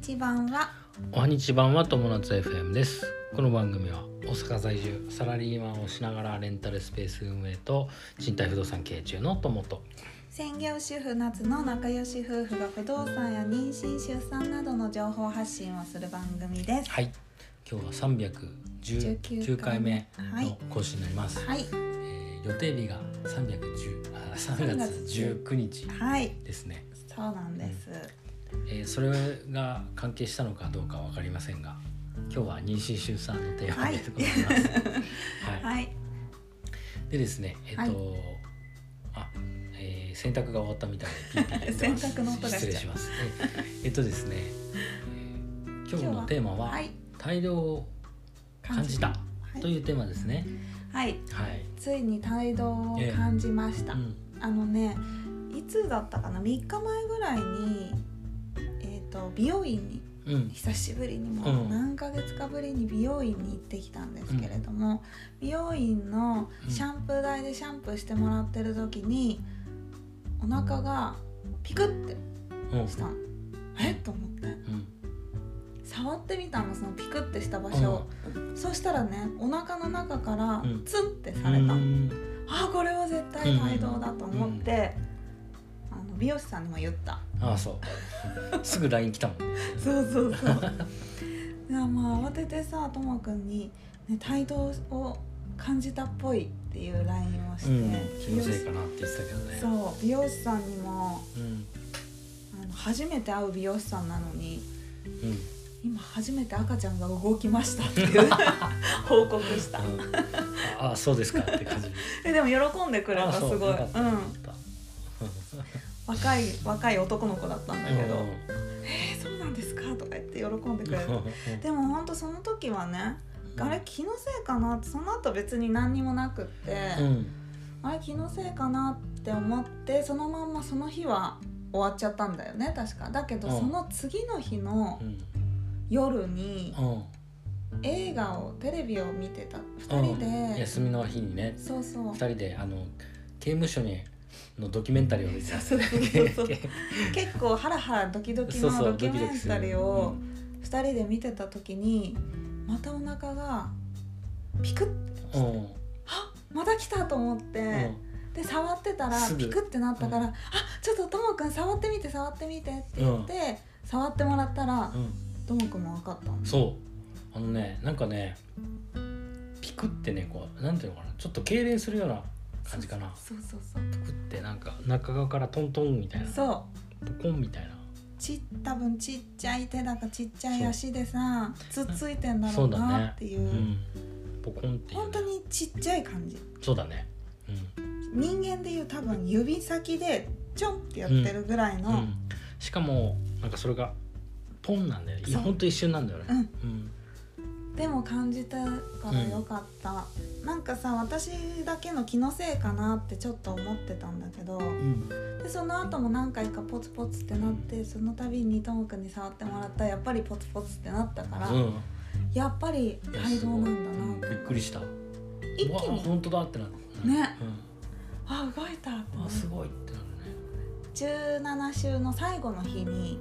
ち版はおはにちばんは友達 FM ですこの番組は大阪在住サラリーマンをしながらレンタルスペース運営と賃貸不動産経営中の友と専業主婦夏の仲良し夫婦が不動産や妊娠出産などの情報発信をする番組ですはい今日は319回目の更新になります、はいえー予定日が310あ3月19日はいですね、そうなんです、えーそれが関係したのかどうかわかりませんが今日は妊娠出産のテーマでございます、はいはいでですねえっ、と、あ、えー洗濯が終わったみたいでピーピー言ってます 洗濯の音がしちゃう失礼しますええっとですね、えー今日のテーマははい大量を感じたはいというテーマですねはいはい、ついに態度を感じました、うんあのねいつだったかな3日前ぐらいにえっ、と美容院にうん久しぶりにもうんう何ヶ月かぶりに美容院に行ってきたんですけれども、美容院のシャンプー台でシャンプーしてもらってる時にお腹がピクってうんうんしたのえっと思って触ってみたのそのピクってした場所、をそしたらねお腹の中からうんツンってうされたの、んあこれは絶対態度だと思って、あの美容師さんにも言ったああそ うすぐ LINE 来たもんそうそうそう いやまあ慌ててさともくんに、ね「態度を感じたっぽい」っていう LINE をして、うん気の美容せい師かなって言ってたけどねそう美容師さんにもうんあの初めて会う美容師さんなのにうんうん「今初めて赤ちゃんが動きました」っていう 報告したああそうですかって 感じえでも喜んでくれあたあすそうごい、よかったうよかん、った若い若い男の子だったんだけど「うんえーそうなんですか?」とか言って喜んでくれうた んでもほんとその時はねあれ気のせいかなってその後別に何にもなくって、うんあれ気のせいかなって思ってそのまんまその日は終わっちゃったんだよね確かだけどうんその次の日のうん夜にう映画をテレビを見てたん2人うん、で休みの日にねそうそう二人であの刑務所にのドキュメンタリーを見てたそうそうそうそう 結構ハラハラドキドキのドキュメンタリーを2人で見てた時にまたお腹がピクッうんうんまた来たと思って。で触ってたらすぐピクってなったから「うあちょっとともくん触ってみて触ってみて」って言って、触ってもらったらうんともくんも分かったのそうあのねなんかねピクってねこうなんていうのかなちょっと痙攣するような感じかなそうそうそうピクってなんか中側からトントンみたいなそうそうポコンみたいなち多分ちっちゃい手だかちっちゃい足でさつっついてんだろそううだなねっていうう、んポコンっていうね本当にちっちゃい感じそうだね人間でいう多分指先でちょんってやってるぐらいうん、うの、ん、しかもなんかそれがポンなんだよねいやそうほんと一瞬なんだよねうんうんでも感じたからよかった、なんかさ私だけの気のせいかなってちょっと思ってたんだけど、うんでその後も何回かポツポツってなってその度にともくんに触ってもらったらやっぱりポツポツってなったから、うんやっぱりいや態度なんだすごいなびっくりした一気うわに本当だってなったねうんあ動いたってあすごいってなるね17週の最後の日に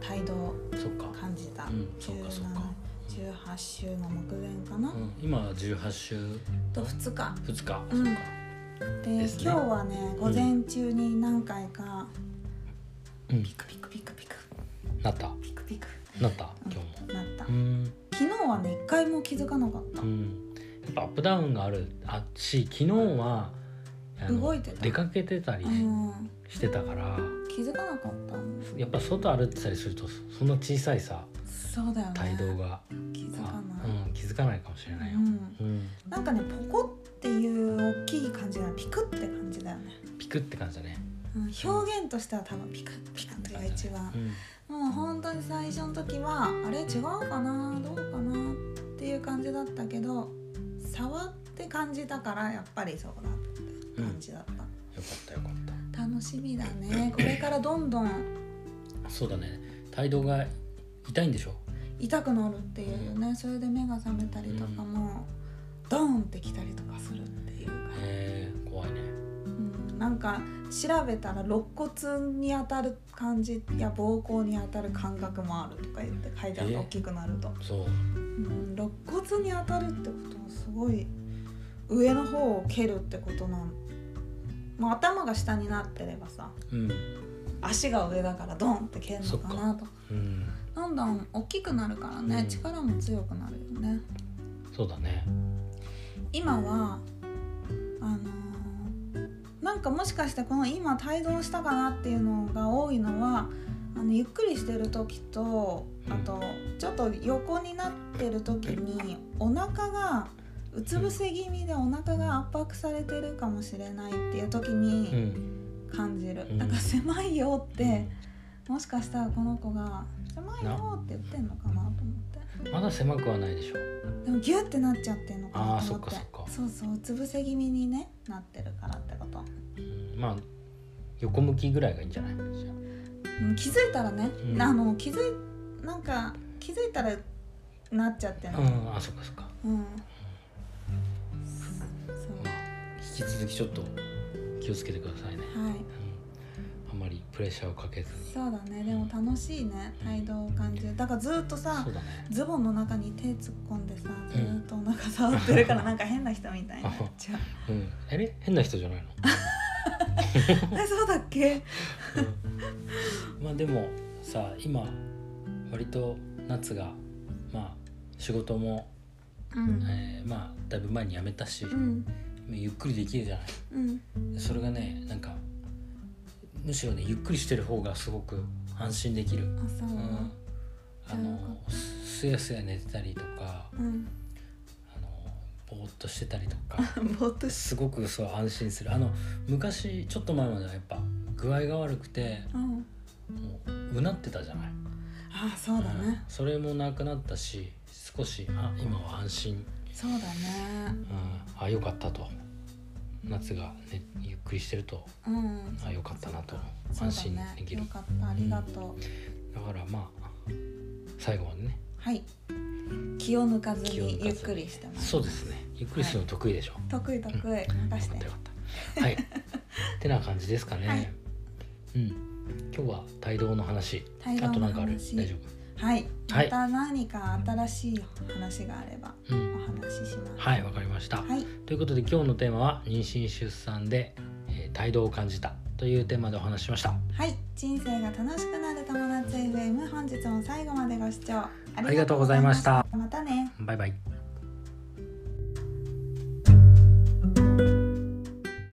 態度をそっか感じた、うんそっかそっか17 18週の目前かな、うん今は18週と2日2日うんそっかでですね今日はね午前中に何回かうんピクピクピクピクなったピクピクなったうん今日もなったうん昨日はね一回も気づかなかったうんやっぱアップダウンがあるあし昨日はあの動いてた出かけてたりうんしてたから気づかなかったやっぱ外歩いてたりするとそんな小さいさそうだよね態度が気づかあなうん気づかないかもしれないい、ようん、うんなんかねポコっていう大きい感じがピクって感じだよね、ピクって感じだねうん、表現としては多分ピクピクってが一番うんもう本当に最初の時はあれ違うかなどうかなっていう感じだったけど触って感じたからやっぱりそうだって感じだった、よかったよかった楽しみだねこれからどんどんそうだね帯同が痛いんでしょ痛くなるっていうねそれで目が覚めたりとかも、ドーンってきたりとかするっていうかへえ怖いねうん、なんか調べたら肋骨に当たる感じや膀胱に当たる感覚もあるとか言って書いてあるえ大きくなると、そううん、肋骨に当たるってことはすごい上の方を蹴るってことなんまあ頭が下になってればさうん足が上だからドンって蹴るのかなとかうんどんどん大きくなるからね、うん力も強くなるよねそうだね今はあのーなんかもしかしてこの今帯同したかなっていうのが多いのはあのゆっくりしてる時とうんあとちょっと横になってる時にお腹がうつ伏せ気味でお腹が圧迫されてるかもしれないっていう時うにん感じる、うんなんか狭いよってもしかしたらこの子が「狭いよ」って言ってんのかなと思って。まだ狭くはないでしょでもギュってなっちゃってんのかなと思ってあーそっかそっかそうそううつ伏せ気味にねなってるからってこと、うんまあ横向きぐらいがいいんじゃないじゃうん、気づいたらね、うんあの気づいなんか気づいたらなっちゃってんあのうんあそっかそっかうん、まそあ引き続きちょっと気をつけてくださいね、うはいうん、あんまりプレッシャーをかけずにそうだねでも楽しいね態度を感じるだからずっとさそうだねズボンの中に手突っ込んでさずーっとお腹触ってるからなんか変な人みたいになっちゃううんあれ変な人じゃないのえそうだっけまあでもさ今割と夏がまあ仕事も、うんえーまあだいぶ前に辞めたし、うんゆっくりできるじゃなうんいそれがねなんかむしろねゆっくりしてる方がすごく安心できる、あそうう、ん、あじゃあよのすやすや寝てたりとかうん、 あのぼーっとしてたりとかぼーっとしすごくそう安心するあの昔ちょっと前まではやっぱ具合が悪くてうんもううなってたじゃないああそうだね、うんそれもなくなったし少しあ今は安心、そうだねうん、あよかったと夏が、ね、ゆっくりしてるとうんあよかったなとそう安だ心でねきるよかったありがとう、だからまあ最後までねはい気を抜かず気を抜にかずゆっくりしてますそうですねゆっくりするの得意でしょ、得意得意任よしかってたよかったはいってな感じですかね、はいうん今日は帯同の話帯同の話あとなんかある大丈はいはまいた何か新しい話があれば夫、うおん、話ししますはいわかりました、はいということで今日のテーマは妊娠出産で、えー、帯同を感じたというテーマでお話ししましたはい人生が楽しくなる友達 FM 本日も最後までご視聴あありがとうございましたまたねバイバイ